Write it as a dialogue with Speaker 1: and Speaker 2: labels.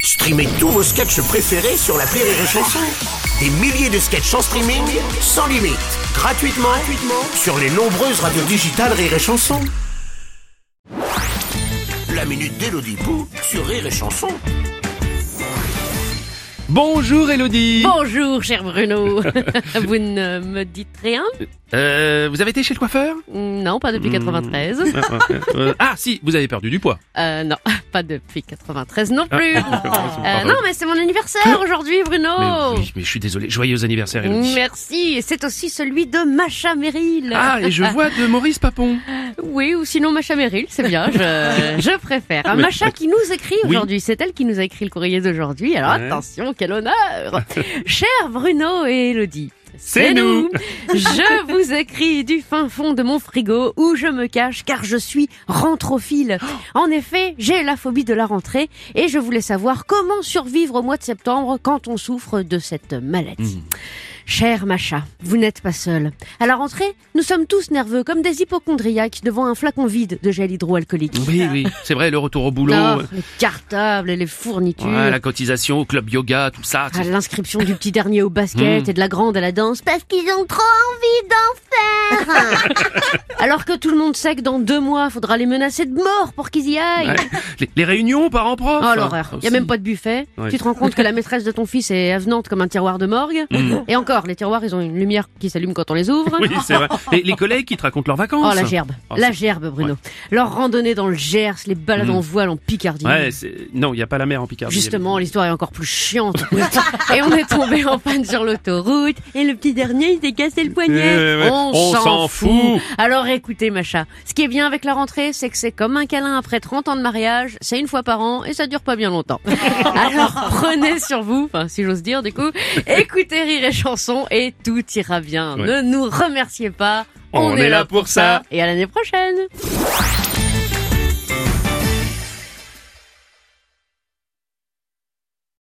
Speaker 1: Streamez tous vos sketchs préférés sur la Rire et Chanson. Des milliers de sketchs en streaming, sans limite, gratuitement, gratuitement sur les nombreuses radios digitales Rire et Chanson. La minute d'Elodie Pou sur Rire et Chanson.
Speaker 2: Bonjour Elodie
Speaker 3: Bonjour, cher Bruno. Vous ne me dites rien
Speaker 2: euh, Vous avez été chez le coiffeur
Speaker 3: Non, pas
Speaker 2: Hmm.
Speaker 3: depuis 93.
Speaker 2: Euh, Ah si, vous avez perdu du poids.
Speaker 3: Euh, non, pas depuis 93 non plus. Euh,
Speaker 2: Ah. Pardon. Ah.
Speaker 3: non, mais c'est mon anniversaire aujourd'hui, Bruno.
Speaker 2: Mais, oui, mais je suis désolé, joyeux anniversaire Elodie.
Speaker 3: Oh. Merci. Et c'est aussi celui de Macha Meryl.
Speaker 2: Ah, et je vois de Maurice Papon.
Speaker 3: Oui, ou sinon Macha Meryl, c'est bien. Je, je préfère. Un Macha qui nous écrit aujourd'hui. C'est elle qui nous a écrit le courrier d'aujourd'hui. Alors
Speaker 2: Ouais.
Speaker 3: attention, quel honneur. Cher Bruno et Elodie.
Speaker 2: C'est nous.
Speaker 3: Je vous écris du fin fond de mon frigo où je me cache car je suis rentrophile.
Speaker 2: Oh.
Speaker 3: En effet, j'ai la phobie de la rentrée et je voulais savoir comment survivre au mois de septembre quand on souffre de cette
Speaker 2: Mmh.
Speaker 3: maladie. Cher Macha, vous n'êtes pas seul. À la rentrée, nous sommes tous nerveux comme des hypochondriaques devant un flacon vide de gel hydroalcoolique.
Speaker 2: Oui, oui, c'est vrai, Mmh, le retour au boulot,
Speaker 3: Ah,
Speaker 2: ouais,
Speaker 3: les cartables et les fournitures.
Speaker 2: la cotisation au club yoga, tout ça.
Speaker 3: Ah,
Speaker 2: c'est-
Speaker 3: L'inscription du petit dernier au
Speaker 2: Mmh.
Speaker 3: basket et de la grande à la danse parce qu'ils ont trop envie d'en faire. Alors que tout le monde sait que dans deux mois, faudra les menacer de mort pour qu'ils y aillent.
Speaker 2: Ouais. Les, les réunions parents-prof
Speaker 3: Ah, Oh l'horreur, il y a même pas de buffet.
Speaker 2: Ouais.
Speaker 3: Tu te rends compte que la maîtresse de ton fils est avenante comme un tiroir de morgue. Et encore, les tiroirs, ils ont une lumière qui s'allume quand on les ouvre.
Speaker 2: Mmh. Oui, c'est vrai. Les, les collègues qui te racontent leurs vacances.
Speaker 3: Oh la gerbe,
Speaker 2: Ah,
Speaker 3: la
Speaker 2: c'est-
Speaker 3: gerbe Bruno. Leur randonnée dans le Gers, les balades
Speaker 2: Mm.
Speaker 3: en voile en Picardie.
Speaker 2: Ouais, c'est- non, il n'y a pas la mer en Picardie.
Speaker 3: Justement, l'histoire est encore plus chiante. et on est tombé en panne sur l'autoroute. Et le petit dernier, il s'est cassé le poignet.
Speaker 2: Eh, Ouais, ouais, ouais. On s'en fout.
Speaker 3: Alors écoutez, Macha, ce qui est bien avec la rentrée, c'est que c'est comme un câlin après 30 ans de mariage. C'est une fois par an et ça dure pas bien longtemps. Alors prenez sur vous, enfin si j'ose dire du coup, écoutez Rire et Chanson et tout ira bien.
Speaker 2: Ouais.
Speaker 3: Ne nous remerciez pas.
Speaker 2: On est là pour ça.
Speaker 3: Et à l'année prochaine.